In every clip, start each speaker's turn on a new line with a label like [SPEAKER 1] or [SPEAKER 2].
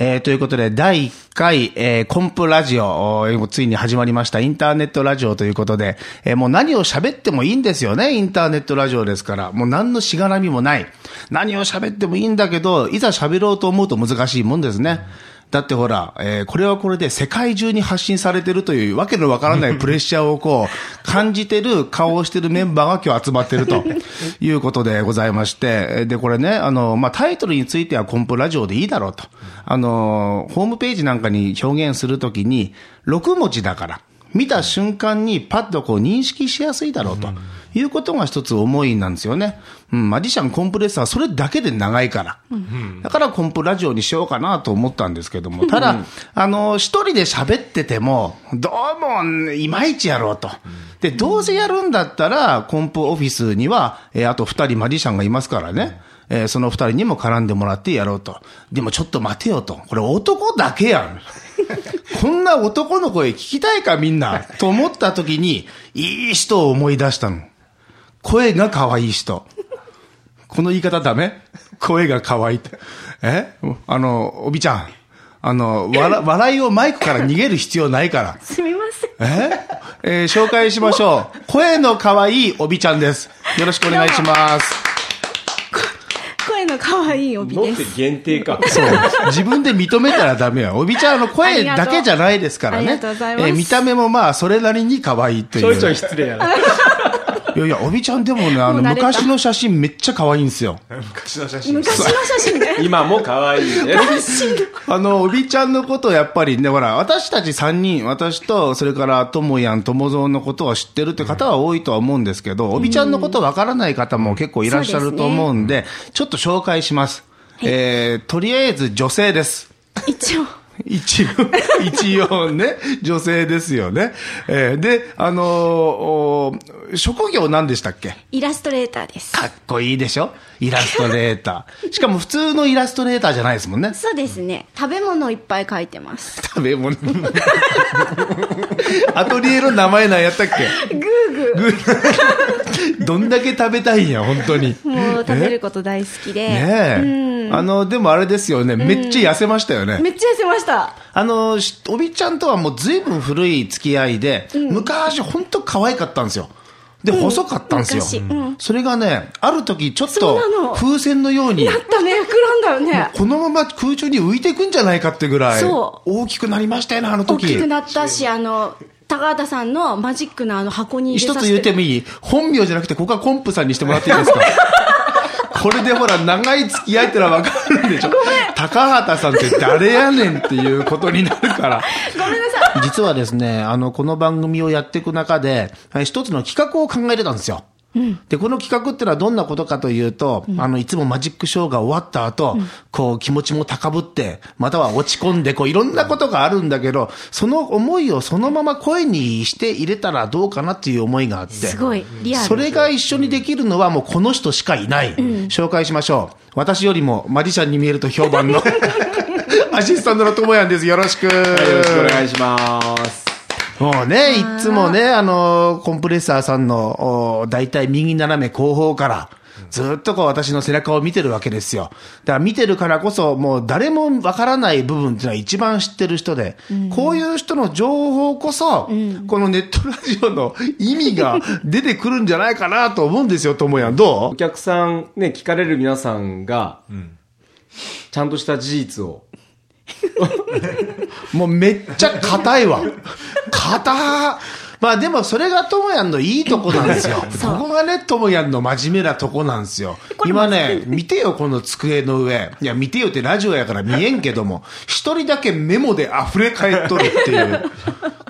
[SPEAKER 1] えーということで、第1回、えーコンプラジオ、おーついに始まりました。インターネットラジオということで、えーもう何を喋ってもいいんですよね。インターネットラジオですから。もう何のしがらみもない。何を喋ってもいいんだけど、いざ喋ろうと思うと難しいもんですね。だってほら、えーこれはこれで世界中に発信されてるというわけのわからないプレッシャーをこう、感じてる顔をしてるメンバーが今日集まってるということでございまして、えーで、これね、あの、まあ、タイトルについてはコンプラジオでいいだろうと。あの、ホームページなんかに表現するときに、6文字だから、見た瞬間にパッとこう認識しやすいだろうと。いうことが一つ思いなんですよね。うん、マジシャン、コンプレッサー、それだけで長いから。だからコンプラジオにしようかなと思ったんですけども、ただ、あの、一人で喋ってても、どうも、いまいちやろうと。で、どうせやるんだったら、コンプオフィスには、えーあと二人マジシャンがいますからね。えーその二人にも絡んでもらってやろうと。でもちょっと待てよと。これ男だけやん。 こんな男の声聞きたいかみんな。と思った時に、いい人を思い出したの。声が可愛い人。この言い方ダメ声が可愛いって。えあの、おびちゃん。あの、わら笑いをマイクから逃げる必要ないから。
[SPEAKER 2] すみません。
[SPEAKER 1] ええー紹介しましょう。声の可愛いおびちゃんです。よろしくお願いします。
[SPEAKER 2] 声の可愛い帯
[SPEAKER 3] のっ
[SPEAKER 2] で
[SPEAKER 3] て
[SPEAKER 2] す。
[SPEAKER 3] 限定か。
[SPEAKER 1] 自分で認めたらダメよ。おびちゃん、あの、声だけじゃないですからね。
[SPEAKER 2] ありがとうございます
[SPEAKER 1] 見た目もまあ、それなりに可愛いという。
[SPEAKER 3] ちょいちょい失礼やな。
[SPEAKER 1] いやいや、おびちゃんでもね、あの、
[SPEAKER 2] もう慣れた
[SPEAKER 1] 昔の写真めっちゃ可愛いんですよ。
[SPEAKER 2] 昔の写真ね。
[SPEAKER 3] 今も可愛いね。
[SPEAKER 1] あの、おびちゃんのことをやっぱりね、ほら、私たち3人、私と、それから、ともやん、ともぞうのことは知ってるって方は多いとは思うんですけど、おびちゃんのことわからない方も結構いらっしゃると思うんで、ちょっと紹介します。えー、とりあえず女性です。
[SPEAKER 2] 一応。
[SPEAKER 1] 一応、一応ね、女性ですよね。えーで、あのーお職業何でしたっけ
[SPEAKER 2] イラストレーターです。
[SPEAKER 1] かっこいいでしょイラストレーター。 しかも普通のイラストレーターじゃないですもんね。
[SPEAKER 2] そうですね。食べ物いっぱい書いてます。
[SPEAKER 1] 食べ物。 アトリエの名前なんやったっけ
[SPEAKER 2] グーグ
[SPEAKER 1] どんだけ食べたいんや、本当に。
[SPEAKER 2] ー。もう食べること大好きで。
[SPEAKER 1] ねえ。あの、でもあれですよね、めっちゃ痩せましたよね。
[SPEAKER 2] めっちゃ痩せました。
[SPEAKER 1] あの、しおびちゃんとはもうずいぶん古い付き合いで、昔ほんと可愛かったんですよ。で、細かったんですよ
[SPEAKER 2] 昔う。
[SPEAKER 1] それがね、ある時ちょっ
[SPEAKER 2] そうな
[SPEAKER 1] と
[SPEAKER 2] の
[SPEAKER 1] 風船のように
[SPEAKER 2] な、ったね。膨らんだよね。
[SPEAKER 1] このまま空中に浮いていくんじゃないかってぐらい、
[SPEAKER 2] そ
[SPEAKER 1] 大きくなりましたよね、あの
[SPEAKER 2] 大
[SPEAKER 1] 時。
[SPEAKER 2] きくなったし、あの、高畑さんのマジックのあの箱に入れ
[SPEAKER 1] 一
[SPEAKER 2] さ
[SPEAKER 1] つ
[SPEAKER 2] せ
[SPEAKER 1] 言ってもいい本名じゃなくて、ここはコンプさんにしてもらっていいです かこれでほら、長い付き合いってのはわかるんでしょ高畑さんって誰やねんっていうことになるから。
[SPEAKER 2] ごめんなさい。
[SPEAKER 1] 実はですね、あの、この番組をやっていく中で、はい一つの企画を考えてたんですよ。で、この企画ってのはどんなことかというと、あの、いつもマジックショーが終わった後、こう、気持ちも高ぶって、または落ち込んで、こう、いろんなことがあるんだけど、その思いをそのまま声にして入れたらどうかなっていう思いがあって。
[SPEAKER 2] すごい、リアル。
[SPEAKER 1] それが一緒にできるのはもうこの人しかいない。紹介しましょう。私よりもマジシャンに見えると評判の アシスタントのともやんです。よろしく。よ
[SPEAKER 3] よろしくお願いします。
[SPEAKER 1] もうね、いっつもね、あの、コンプレッサーさんの、お大体右斜め後方から、ずっとこう私の背中を見てるわけですよ。だから見てるからこそ、もう誰もわからない部分っていうのは一番知ってる人で、こういう人の情報こそ、このネットラジオの意味が出てくるんじゃないかなと思うんですよ、ともやん。ど
[SPEAKER 3] お客さん、ね、聞かれる皆さんが、ちゃんとした事実を。
[SPEAKER 1] うもうめっちゃ硬いわ。硬まあでもそれがともやんのいいとこなんですよ。
[SPEAKER 2] そう
[SPEAKER 1] ここがね、ともやんの真面目なとこなんですよ。今ね、見てよ、この机の上。いや、見てよってラジオやから見えんけども、一人だけメモで溢れ返っとるっていう。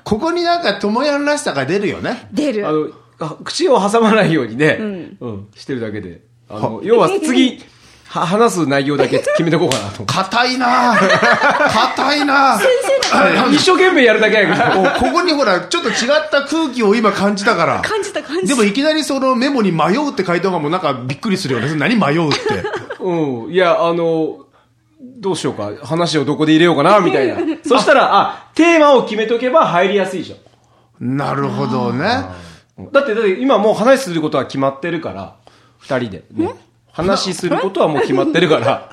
[SPEAKER 1] ここになんかともやんらしさが出るよね。。
[SPEAKER 2] 出る
[SPEAKER 3] あ。の、あ口を挟まないようにね、うん、してるだけで。あの、要は次、は話す内容だけ決めとこうかなと
[SPEAKER 1] 硬いなぁ。硬いなぁ。
[SPEAKER 3] 一生懸命やるだけやけど。
[SPEAKER 1] おここにほら、ちょっと違った空気を今感じたから。
[SPEAKER 2] 感じた感じ
[SPEAKER 1] で
[SPEAKER 2] た
[SPEAKER 1] もいきなりそのメモに迷うって書いた方がもうなんかびっくりするよね。それ何迷 うって。
[SPEAKER 3] うん。いや、あの、どうしようか。話をどこで入れようかな、みたいな。そしたら、あ、テーマを決めとけば入りやすいじゃん。
[SPEAKER 1] なるほどね。
[SPEAKER 3] だって、だって今もう話することは決まってるから、二人で、ね。話することはもう決まってるから、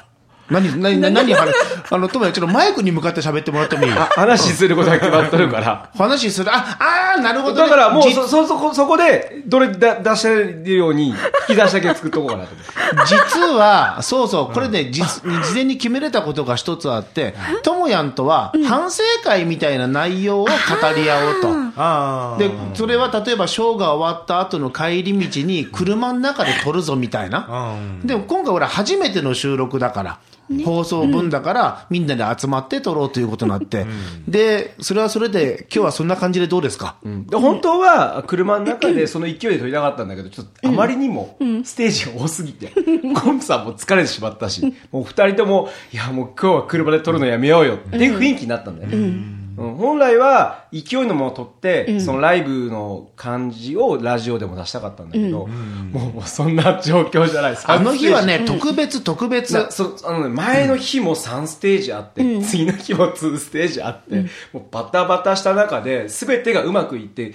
[SPEAKER 1] 何、何、何、何話、 あの、ともや、ちょっとマイクに向かって喋ってもらってもいい
[SPEAKER 3] あ話することが決まっとるから。
[SPEAKER 1] 話する、あ、あーなるほどね、
[SPEAKER 3] だからもう
[SPEAKER 1] じ
[SPEAKER 3] そ、そ、そこ、そこで、どれだ出せるように、引き出しだけ作っとこうかなと思って。
[SPEAKER 1] 実は、そうそう、これ で、じ事前に決めれたことが一つあって、ともやんとは、反省会みたいな内容を語り合おうと。
[SPEAKER 4] ああ。
[SPEAKER 1] で、それは例えば、ショーが終わった後の帰り道に、車の中で撮るぞみたいな。
[SPEAKER 4] うん
[SPEAKER 1] でも今回、俺、初めての収録だから、放送分だから、みんなで集まって撮ろうということになって、で、それはそれで、今日はそんな感じでどうですか
[SPEAKER 3] で本当は、車の中 でその勢いで撮りたかったんだけど、ちょっとあまりにも、ステージが多すぎて、コンさんも疲れてしまったし、もう二人とも、いや、もう今日は車で撮るのやめようよっていう雰囲気になったんだよね。うん本来は、勢いのまま撮って、そのライブの感じをラジオでも出したかったんだけど、もうもうそんな状況じゃない。
[SPEAKER 1] あの日はね、特別、特別。
[SPEAKER 3] なそあのね、前の日も3ステージあって、次の日も2ステージあって、もうバタバタした中で、すべてがうまくいって、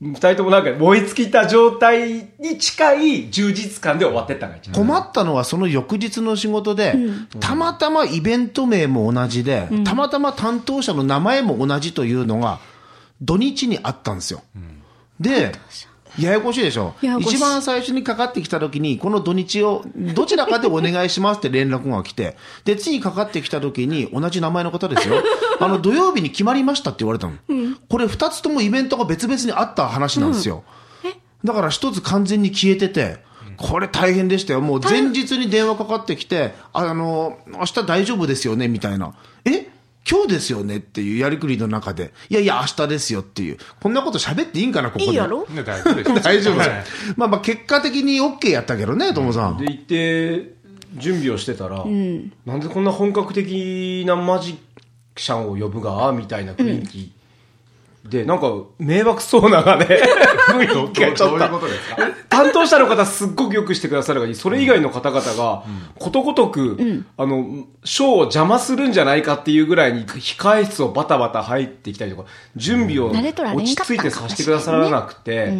[SPEAKER 3] 二人ともなんか燃え尽きた状態に近い充実感で終わってったのが一番。
[SPEAKER 1] 困ったのはその翌日の仕事で、たまたまイベント名も同じで、たまたま担当者の名前も同じというのが、土日にあったんですよ。で、ややこしいでしょ
[SPEAKER 2] ややこしい
[SPEAKER 1] 一番最初にかかってきた時に、この土日をどちらかでお願いしますって連絡が来て、で、次かかってきた時に同じ名前の方ですよ。 あの、土曜日に決まりましたって言われたの。これ二つともイベントが別々にあった話なんですよ。だから一つ完全に消えてて、これ大変でしたよ。もう前日に電話かかってきて、あの、明日大丈夫ですよねみたいな。え今日ですよねっていうやりくりの中で、いやいや、明日ですよっていう、こんなこと喋っていいんかな、ここで。
[SPEAKER 2] いいやろ
[SPEAKER 4] ね大丈夫です
[SPEAKER 1] 大丈夫
[SPEAKER 4] は
[SPEAKER 1] です
[SPEAKER 4] い。
[SPEAKER 1] まあまあ、結果的に OK やったけどね、ともさん。
[SPEAKER 3] で、行って、準備をしてたら、なんでこんな本格的なマジシャンを呼ぶが、みたいな雰囲気。で、なんか、迷惑そうながね、雰囲気がちょっ
[SPEAKER 4] どう
[SPEAKER 3] と
[SPEAKER 4] い
[SPEAKER 3] あ
[SPEAKER 4] う
[SPEAKER 3] っ
[SPEAKER 4] ことですか
[SPEAKER 3] 担当者の方すっごくよくしてくださるがそれ以外の方々が、ことごとく、あの、ショーを邪魔するんじゃないかっていうぐらいに、控室をバタバタ入ってきたりとか、準備を
[SPEAKER 2] 慣れとられんか
[SPEAKER 3] 落
[SPEAKER 2] った
[SPEAKER 3] ち
[SPEAKER 2] んか
[SPEAKER 3] 着いてさせてくださらなくて、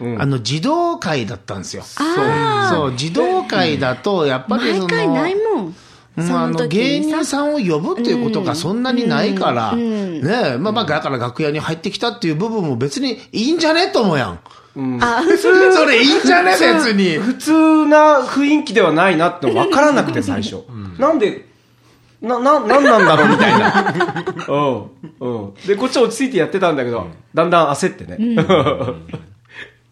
[SPEAKER 3] うん
[SPEAKER 1] あの、児童会だったんですよ。
[SPEAKER 2] あ
[SPEAKER 1] そう、児童会だと、やっ
[SPEAKER 2] あ
[SPEAKER 1] ぱりその、
[SPEAKER 2] 毎回ないもんそ
[SPEAKER 1] まあ、あ
[SPEAKER 2] の
[SPEAKER 1] の
[SPEAKER 2] 時
[SPEAKER 1] 芸
[SPEAKER 2] に
[SPEAKER 1] 人
[SPEAKER 2] さ
[SPEAKER 1] さんを呼ぶっていうことがそんなにないから、ねえまあまあ、だから楽屋に入ってきたっていう部分も別にいいんじゃねともやん。
[SPEAKER 2] あ
[SPEAKER 1] それそれいいんじゃね別に。
[SPEAKER 3] 普通な雰囲気ではないなって分からなくて最初。なんで、な、な、なんなんだろうみたいな。うん。うん。で、こっちは落ち着いてやってたんだけど、だんだん焦ってね。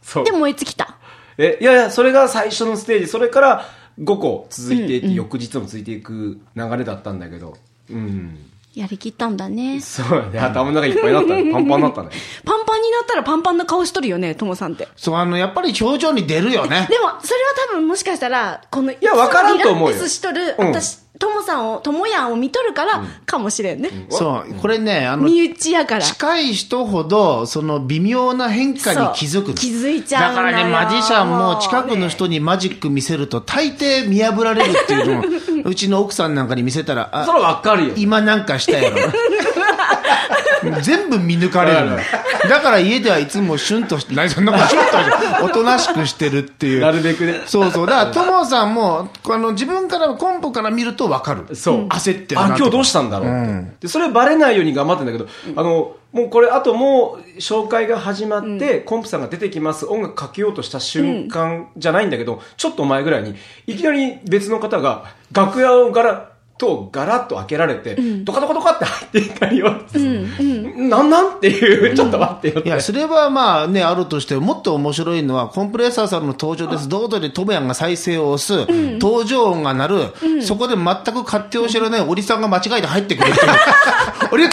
[SPEAKER 3] そう
[SPEAKER 2] で。燃え尽きた
[SPEAKER 3] え、いやいや、それが最初のステージ、それから5個続いていって、翌日も続いていく流れだったんだけど、うん。
[SPEAKER 2] やりきったんだね
[SPEAKER 3] そうだね。頭の中いっぱいになったね。パンパンになったね。
[SPEAKER 2] パンパンになったらパンパンな顔しとるよねともさんって
[SPEAKER 1] そう、あの、やっぱり表情に出るよね。
[SPEAKER 2] でも、それは多分もしかしたら、この、い
[SPEAKER 3] やわからんと思う
[SPEAKER 2] リ
[SPEAKER 3] よ
[SPEAKER 2] ラックスしとる、
[SPEAKER 3] うん
[SPEAKER 2] 私、ともさんを、ともやんを見とるから、かもしれんね。
[SPEAKER 1] そう、これね、あの、
[SPEAKER 2] 身内やから。
[SPEAKER 1] 近い人ほど、その微妙な変化に気づくの
[SPEAKER 2] そう気づいちゃうんだよ
[SPEAKER 1] だからね、マジシャンも近くの人にマジック見せると、大抵見破られるっていうの を、うちの奥さんなんかに見せたら、あ
[SPEAKER 3] それは分かるよ。
[SPEAKER 1] 今なんかしたや ろ。全部見抜かれるのよだから家ではいつもシュンとして、何そんなことシュンとして、おとなしくしてるっていう。
[SPEAKER 3] なるべくね。
[SPEAKER 1] そうそう。だから、ともさんも、あの、自分から、コンポから見るとわかる。
[SPEAKER 3] そう。
[SPEAKER 1] 焦ってるな
[SPEAKER 3] あ
[SPEAKER 1] と、か
[SPEAKER 3] 今日どうしたんだろうって、
[SPEAKER 1] うん
[SPEAKER 3] で、それバレないように頑張ってんだけど、あの、もうこれ、あともう、紹介が始まって、コンプさんが出てきます、音楽かけようとした瞬間じゃないんだけど、ちょっと前ぐらいに、いきなり別の方が、楽屋をガラッと、ガラッと開けられて、ドカドカドカって入っていったりよって、なんなんっていう、ちょっと待ってよっ
[SPEAKER 1] い
[SPEAKER 3] て。
[SPEAKER 1] や、それはまあね、あるとして、もっと面白いのは、コンプレッサーさんの登場です。どうぞでトムヤンが再生を押す、登場音が鳴る、そこで全く勝手を知らないおじさんが間違えて入ってくるっていう。あれ、コンプレッ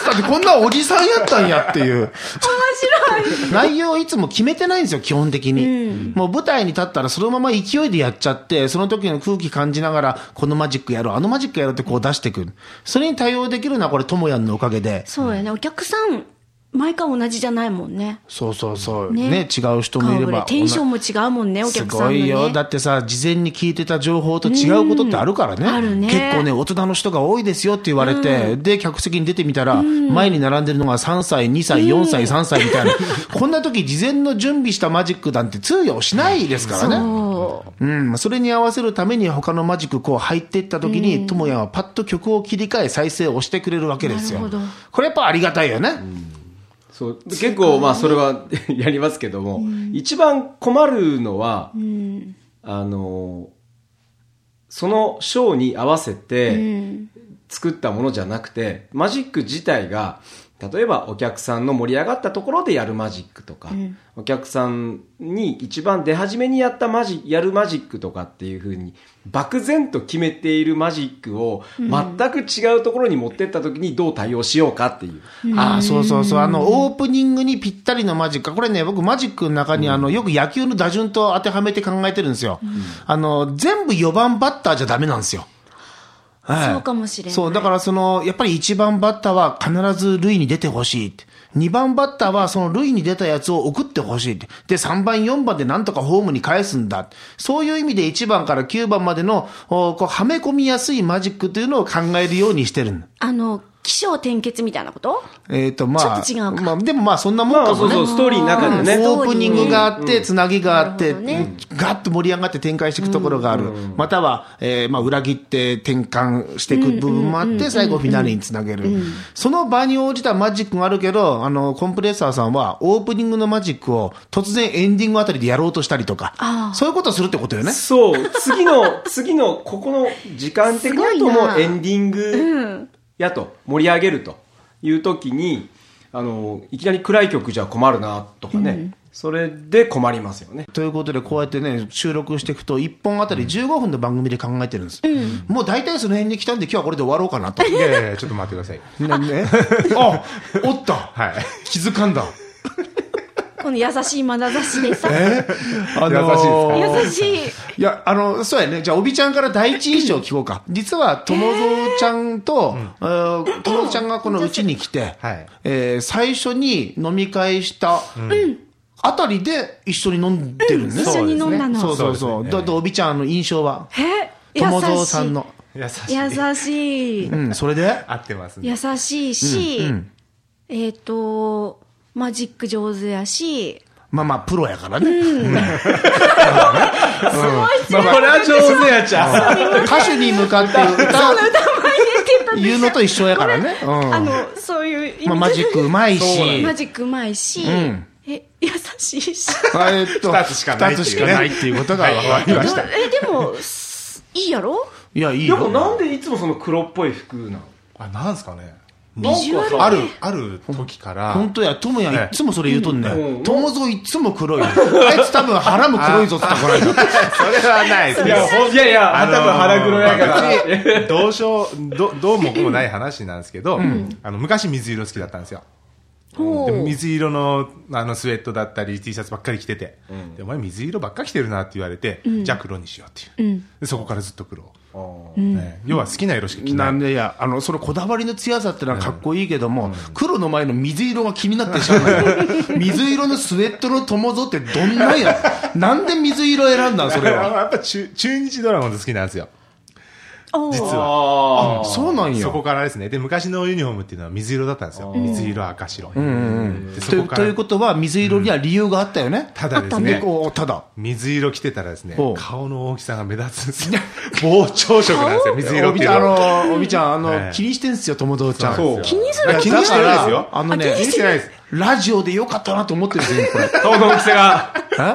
[SPEAKER 1] サーってこんなおじさんやったんやっていう。
[SPEAKER 2] 面白い。
[SPEAKER 1] 内容をいつも決めてないんですよ、基本的に。もう舞台に立ったらそのまま勢いでやっちゃって、その時の空気感じながら、このマジックやろう、あのマジックやろうってこう出してくる。それに対応できるのはこれ、ともやんのおかげで。
[SPEAKER 2] そうやね、お客さん毎回同じじゃないもんね。
[SPEAKER 1] そうそうそう。ね
[SPEAKER 2] ね
[SPEAKER 1] 違う人もいれば。
[SPEAKER 2] テンション
[SPEAKER 1] も
[SPEAKER 2] も違うもんね、お
[SPEAKER 1] す
[SPEAKER 2] 客さんの、
[SPEAKER 1] ご
[SPEAKER 2] ね。
[SPEAKER 1] いよ。だってさ、事前に聞いてた情報と違うことってあるからね。
[SPEAKER 2] うんあるね
[SPEAKER 1] 結構ね、大人の人が多いですよって言われて、で、客席に出てみたら、前に並んでるのが3歳、2歳、4歳、3歳み たいな。こんな時、事前の準備したマジックなんて通用しないですからね。
[SPEAKER 2] そう
[SPEAKER 1] うん、それに合わせるために他のマジックこう入っていった時に、智也はパッと曲を切り替え再生をしてくれるわけですよ
[SPEAKER 2] なるほど。
[SPEAKER 1] これやっぱありがたいよね。
[SPEAKER 3] そう結構まあそれは やりますけども、一番困るのは、あのそのショーに合わせて作ったものじゃなくて、マジック自体が例えばお客さんの盛り上がったところでやるマジックとか、お客さんに一番出始めにやったマジやるマジックとかっていうふうに漠然と決めているマジックを全く違うところに持ってった時にどう対応しようかっていう。
[SPEAKER 1] ああ、そうそうそう。あの、オープニングにぴったりのマジック。これね、僕マジックの中に、あの、よく野球の打順と当てはめて考えてるんですよ。あの、全部4番バッターじゃダメなんですよ。はい
[SPEAKER 2] そうかもしれない
[SPEAKER 1] そう、だからその、やっぱり1番バッターは必ず塁に出てほしいって。2番バッターはその塁に出たやつを送ってほしいって。で、3番、4番でなんとかホームに返すんだ。そういう意味で1番から9番までの、おこう、はめ込みやすいマジックというのを考えるようにしてるの
[SPEAKER 2] あの、起承転結みたいなこと
[SPEAKER 1] えっ、と、まあ。
[SPEAKER 2] ちょっと違うか
[SPEAKER 1] まあ、でもまあ、そんなもんか
[SPEAKER 3] ま
[SPEAKER 1] も
[SPEAKER 3] あ、
[SPEAKER 1] ね。
[SPEAKER 3] そうそう、ストーリーの中
[SPEAKER 2] う
[SPEAKER 3] で
[SPEAKER 2] ん
[SPEAKER 3] ね。
[SPEAKER 2] そ
[SPEAKER 1] オープニングがあって、つなぎがあって、
[SPEAKER 2] なるほどね
[SPEAKER 1] ガッと盛り上がって展開していくところがある。または、えーまあ、裏切って転換していく部分もあって、最後フィナーレにつなげる。その場に応じたマジックがあるけど、あの、コンプレッサーさんは、オープニングのマジックを突然エンディングあたりでやろうとしたりとか
[SPEAKER 2] あ、
[SPEAKER 1] そういうことするってことよね。
[SPEAKER 3] そう、次の、次の、ここの時間的に
[SPEAKER 2] す
[SPEAKER 3] と
[SPEAKER 2] ごいな
[SPEAKER 3] もうエンディングやと、盛り上げるという時に、あの、いきなり暗い曲じゃ困るな、とかね。それで困りますよね。
[SPEAKER 1] ということで、こうやってね、収録していくと、1本あたり15分の番組で考えてるんです。もう大体その辺に来たんで、今日はこれで終わろうか なと。
[SPEAKER 4] いやいやいや、ちょっと待ってください。
[SPEAKER 1] なね、あおった、
[SPEAKER 4] はい。気づかんだ。
[SPEAKER 2] この優しい眼差しでさ、
[SPEAKER 1] あ
[SPEAKER 4] 優
[SPEAKER 1] のー
[SPEAKER 2] 優しい。
[SPEAKER 1] いや、あの、そうやね。じゃあ、おびちゃんから第一印象聞こうか。実は、ともぞうちゃんと、あーともぞうちゃんがこのうちに来て、
[SPEAKER 4] はい
[SPEAKER 1] えー最初に飲み会した、あたりで一緒に飲んでるね。
[SPEAKER 2] うん一緒に飲んだの
[SPEAKER 1] そうそうそう。
[SPEAKER 4] そうですね
[SPEAKER 1] だって、おびちゃんの印象は、
[SPEAKER 2] え
[SPEAKER 1] ともぞうさんの。
[SPEAKER 4] 優しい。
[SPEAKER 2] 優しい。
[SPEAKER 1] うん、それで
[SPEAKER 4] 合ってますね。
[SPEAKER 2] 優しいし、えっ、と、マジック上手やし、
[SPEAKER 1] まあまあ、プロやからね。
[SPEAKER 3] まあ、これは上手やちゃん。
[SPEAKER 1] 歌手に向かって歌う、言うのと一緒やからね。うん。
[SPEAKER 2] あの、そういう意味で、
[SPEAKER 1] まあ、マジックうまい
[SPEAKER 4] そう
[SPEAKER 1] し。
[SPEAKER 2] マジックうまいし、
[SPEAKER 1] ん
[SPEAKER 2] え、優しいし。
[SPEAKER 1] えーっと、
[SPEAKER 4] 二つしかないっ
[SPEAKER 1] 二
[SPEAKER 4] ていうね
[SPEAKER 1] つしかないっていうことが分かりました。
[SPEAKER 2] え、でも、すいいやろ
[SPEAKER 1] いや、いい
[SPEAKER 3] でも
[SPEAKER 1] よ。
[SPEAKER 3] なんでいつもその黒っぽい服なの
[SPEAKER 4] あ、なんですかね。
[SPEAKER 2] ビジュアル
[SPEAKER 4] ある、ある時から。
[SPEAKER 1] 本当や、ともやいっつもそれ言うとんね
[SPEAKER 3] うん
[SPEAKER 1] ん。ともぞいっつも黒い。あいつ多分腹も黒いぞって言ったこない
[SPEAKER 4] それはないです
[SPEAKER 3] い
[SPEAKER 4] ね。
[SPEAKER 3] や、ほんいやいや、
[SPEAKER 4] あ
[SPEAKER 3] あ
[SPEAKER 4] の
[SPEAKER 3] なたも腹黒やから。
[SPEAKER 4] ら。どうしよう、ど、どうもこうもない話なんですけど、あの、昔水色好きだったんですよ。
[SPEAKER 2] ほ
[SPEAKER 4] で
[SPEAKER 2] う
[SPEAKER 4] 水色のあのスウェットだったり T シャツばっかり着てて、でお前水色ばっかり着てるなって言われて、じゃあ黒にしようっていう、でそこからずっと黒、ね要は好きな色しか着な、
[SPEAKER 1] ないんでや、あの、そのこだわりの強さってのはかっこいいけども、黒の前の水色が気になってしまう の水色のスウェットのともぞってどんなんやなんで水色選んだんそれ
[SPEAKER 4] あの
[SPEAKER 1] は。
[SPEAKER 4] やっぱ中中日ドラゴンズ好きなんですよ
[SPEAKER 2] おう
[SPEAKER 4] 実
[SPEAKER 3] あ
[SPEAKER 4] は
[SPEAKER 3] あ。
[SPEAKER 1] そうなん
[SPEAKER 4] そ
[SPEAKER 1] や
[SPEAKER 4] こ。からですねで昔のユニフォームっていうのは水色だったんですよ水色赤白、でそ
[SPEAKER 1] と
[SPEAKER 4] こ
[SPEAKER 1] と
[SPEAKER 4] か
[SPEAKER 1] いう
[SPEAKER 4] ら
[SPEAKER 1] ことは、水色には理由があったよね。
[SPEAKER 4] ただです
[SPEAKER 1] で
[SPEAKER 4] ね
[SPEAKER 1] こうただ。
[SPEAKER 4] 水色着てたらですね
[SPEAKER 1] ほう
[SPEAKER 4] 顔の大きさが目立つんですよ 膨張色なんですよ水色
[SPEAKER 1] お
[SPEAKER 4] っ
[SPEAKER 1] び
[SPEAKER 4] て
[SPEAKER 1] ち
[SPEAKER 4] いう
[SPEAKER 1] ゃん、
[SPEAKER 4] のは
[SPEAKER 1] あの、おびちゃん、あの、
[SPEAKER 4] ええ
[SPEAKER 1] 気にしてんすよ、ともぞうちゃん。
[SPEAKER 3] そう
[SPEAKER 4] 気に
[SPEAKER 2] する
[SPEAKER 4] 気にしてないですよ
[SPEAKER 1] あのね、
[SPEAKER 4] 気にしてないです
[SPEAKER 1] ラジオでよかったなと思ってるんですよ、これ。
[SPEAKER 3] 顔の大きさが、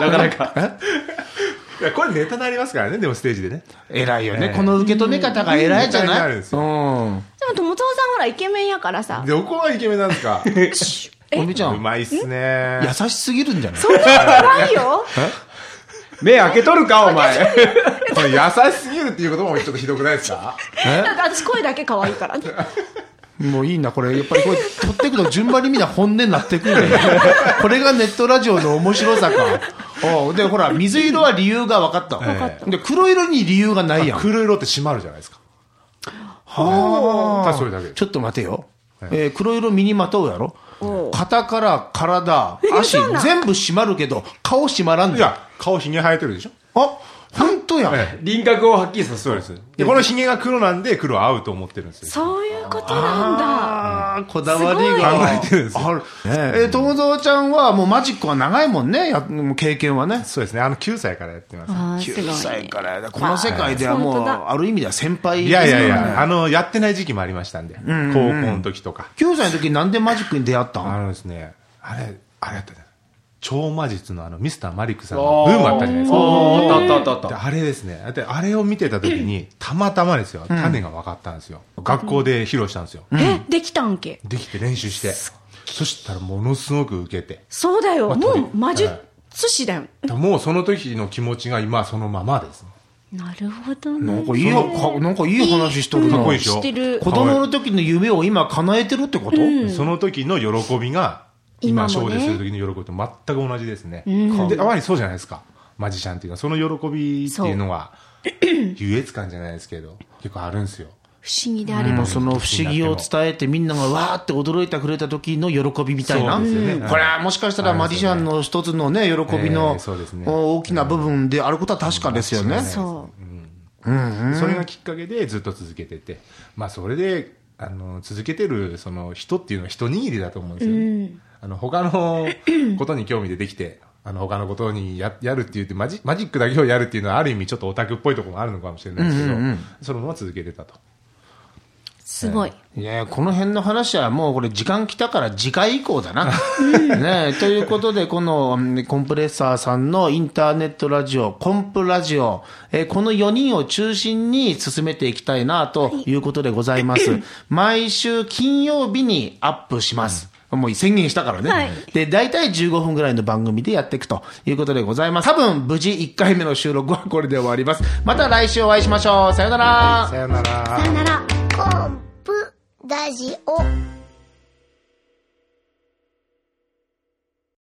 [SPEAKER 3] なかなか。
[SPEAKER 4] いやこれネタになりますからねでもステージでね
[SPEAKER 1] 偉いよね。
[SPEAKER 4] ね
[SPEAKER 1] この受け止め方が偉いじゃ
[SPEAKER 4] うん
[SPEAKER 1] ない
[SPEAKER 4] うん
[SPEAKER 1] うん。
[SPEAKER 4] ですよ
[SPEAKER 2] でも、友蔵さんほら、イケメンやからさ。
[SPEAKER 4] どこがイケメンなんですか
[SPEAKER 1] おみちゃ、
[SPEAKER 4] うんまいっすね
[SPEAKER 1] 優しすぎるんじゃない
[SPEAKER 2] そんなことないよ。
[SPEAKER 3] 目開けとるか、お前。
[SPEAKER 4] これ優しすぎるっていうこともちょっとひどくないですか
[SPEAKER 2] だって私声だけ可愛いから ね。
[SPEAKER 1] もういいな、これ。やっぱりこれ、取っていくと順番にみんな本音になってく るね。これがネットラジオの面白さか。おうで、ほら、水色は理由が分かった。
[SPEAKER 4] 分かった
[SPEAKER 1] で、黒色に理由がないやん。
[SPEAKER 4] 黒色って閉まるじゃないですか
[SPEAKER 1] は
[SPEAKER 4] ただそれだけ
[SPEAKER 1] ちょっと待てよ。えー黒色身にまとうやろ
[SPEAKER 2] おう
[SPEAKER 1] 肩から体、足、全部締まるけど、顔締まらん
[SPEAKER 4] い
[SPEAKER 1] で。あ、
[SPEAKER 4] や、顔ひげ生えてるでしょ
[SPEAKER 1] 本当や。
[SPEAKER 4] え
[SPEAKER 3] 輪郭をはっきりさせ
[SPEAKER 4] そうです。で、このひげが黒なんで黒は合うと思ってるんですよ。
[SPEAKER 2] そういうことなんだ。
[SPEAKER 1] あーこだわりが。
[SPEAKER 4] 考えてるんですよ
[SPEAKER 1] あるえー、友蔵ちゃんはもうマジックは長いもんね、やもう経験はね。
[SPEAKER 4] そうですね。あの、9歳からやってます。
[SPEAKER 2] あーすごいね
[SPEAKER 1] 9歳からやこの世界では
[SPEAKER 2] まあ
[SPEAKER 1] もう、
[SPEAKER 2] 本当だ
[SPEAKER 1] ある意味では先輩
[SPEAKER 4] い
[SPEAKER 1] ですか
[SPEAKER 4] や
[SPEAKER 1] ら
[SPEAKER 4] い
[SPEAKER 1] ね
[SPEAKER 4] やいや、あの、やってない時期もありましたんで、高校の時とか。
[SPEAKER 1] 9歳の時になんでマジックに出会った
[SPEAKER 4] あ
[SPEAKER 1] ん
[SPEAKER 4] のですね、あれ、あれやったじゃない超魔術のあの、ミスターマリックさん
[SPEAKER 3] あ
[SPEAKER 4] のブームあったじゃないですか。
[SPEAKER 3] ああったあったあった
[SPEAKER 4] で
[SPEAKER 3] あっ
[SPEAKER 4] あれですね。で、あれを見てた時に、たまたまですよ、種が分かったんですよ。学校で披露したんですよ。
[SPEAKER 2] え、できたんけ。
[SPEAKER 4] できて練習して。そしたらものすごく受けて。
[SPEAKER 2] そうだよ。
[SPEAKER 4] まあ
[SPEAKER 2] も
[SPEAKER 4] とり
[SPEAKER 2] う魔術
[SPEAKER 4] はい
[SPEAKER 2] 師だよ。
[SPEAKER 4] でもうその時の気持ちが今そのままですね。
[SPEAKER 2] なるほど
[SPEAKER 1] なんかいい
[SPEAKER 2] ね。
[SPEAKER 1] よかなんかいい話しとるな
[SPEAKER 4] かっこいいでし
[SPEAKER 2] 知
[SPEAKER 4] ょ
[SPEAKER 2] ってる。
[SPEAKER 1] 子供の時の夢を今叶えてるってこと、
[SPEAKER 4] その時の喜びが、
[SPEAKER 2] 今
[SPEAKER 4] 今、
[SPEAKER 2] も
[SPEAKER 4] 賞
[SPEAKER 2] ね
[SPEAKER 4] でする時の喜びと全く同じですね。で、あまりそうじゃないですか。マジシャンっていうのは、その喜びっていうのは、優越感じゃないですけど、結構あるんですよ。
[SPEAKER 2] 不思議であれ
[SPEAKER 1] で
[SPEAKER 2] ば
[SPEAKER 1] も。その不思議を伝えてみんながわーって驚いてくれた時の喜びみたいな、
[SPEAKER 4] そうですよねうん
[SPEAKER 1] これはもしかしたらマジシャンの一つのね喜び
[SPEAKER 4] え
[SPEAKER 1] の
[SPEAKER 4] えそうですね
[SPEAKER 1] お大きな部分であることは確かですよね。
[SPEAKER 2] そ
[SPEAKER 4] それがきっかけでずっと続けてて、まあ、それで、あの、続けてる、その、人っていうのは一握りだと思うんですよね。あの、他の ことに興味出てきて、あの、他のことにややるって言ってマジ、マジックだけをやるっていうのは、ある意味ちょっとオタクっぽいところもあるのかもしれないですけど、そのまま続けてたと。
[SPEAKER 2] う。すごい。
[SPEAKER 1] いやこの辺の話はもうこれ時間来たから次回以降だな。ねえということで、このうんコンプレッサーさんのインターネットラジオ、コンプラジオ、えーこの4人を中心に進めていきたいなということでございます。毎週金曜日にアップします。もう宣言したからね。
[SPEAKER 2] はい
[SPEAKER 1] で、大体15分ぐらいの番組でやっていくということでございます。多分無事1回目の収録はこれで終わります。また来週お会いしましょう。さようなら。
[SPEAKER 4] さよなら
[SPEAKER 5] さよなら。コンプラジオ。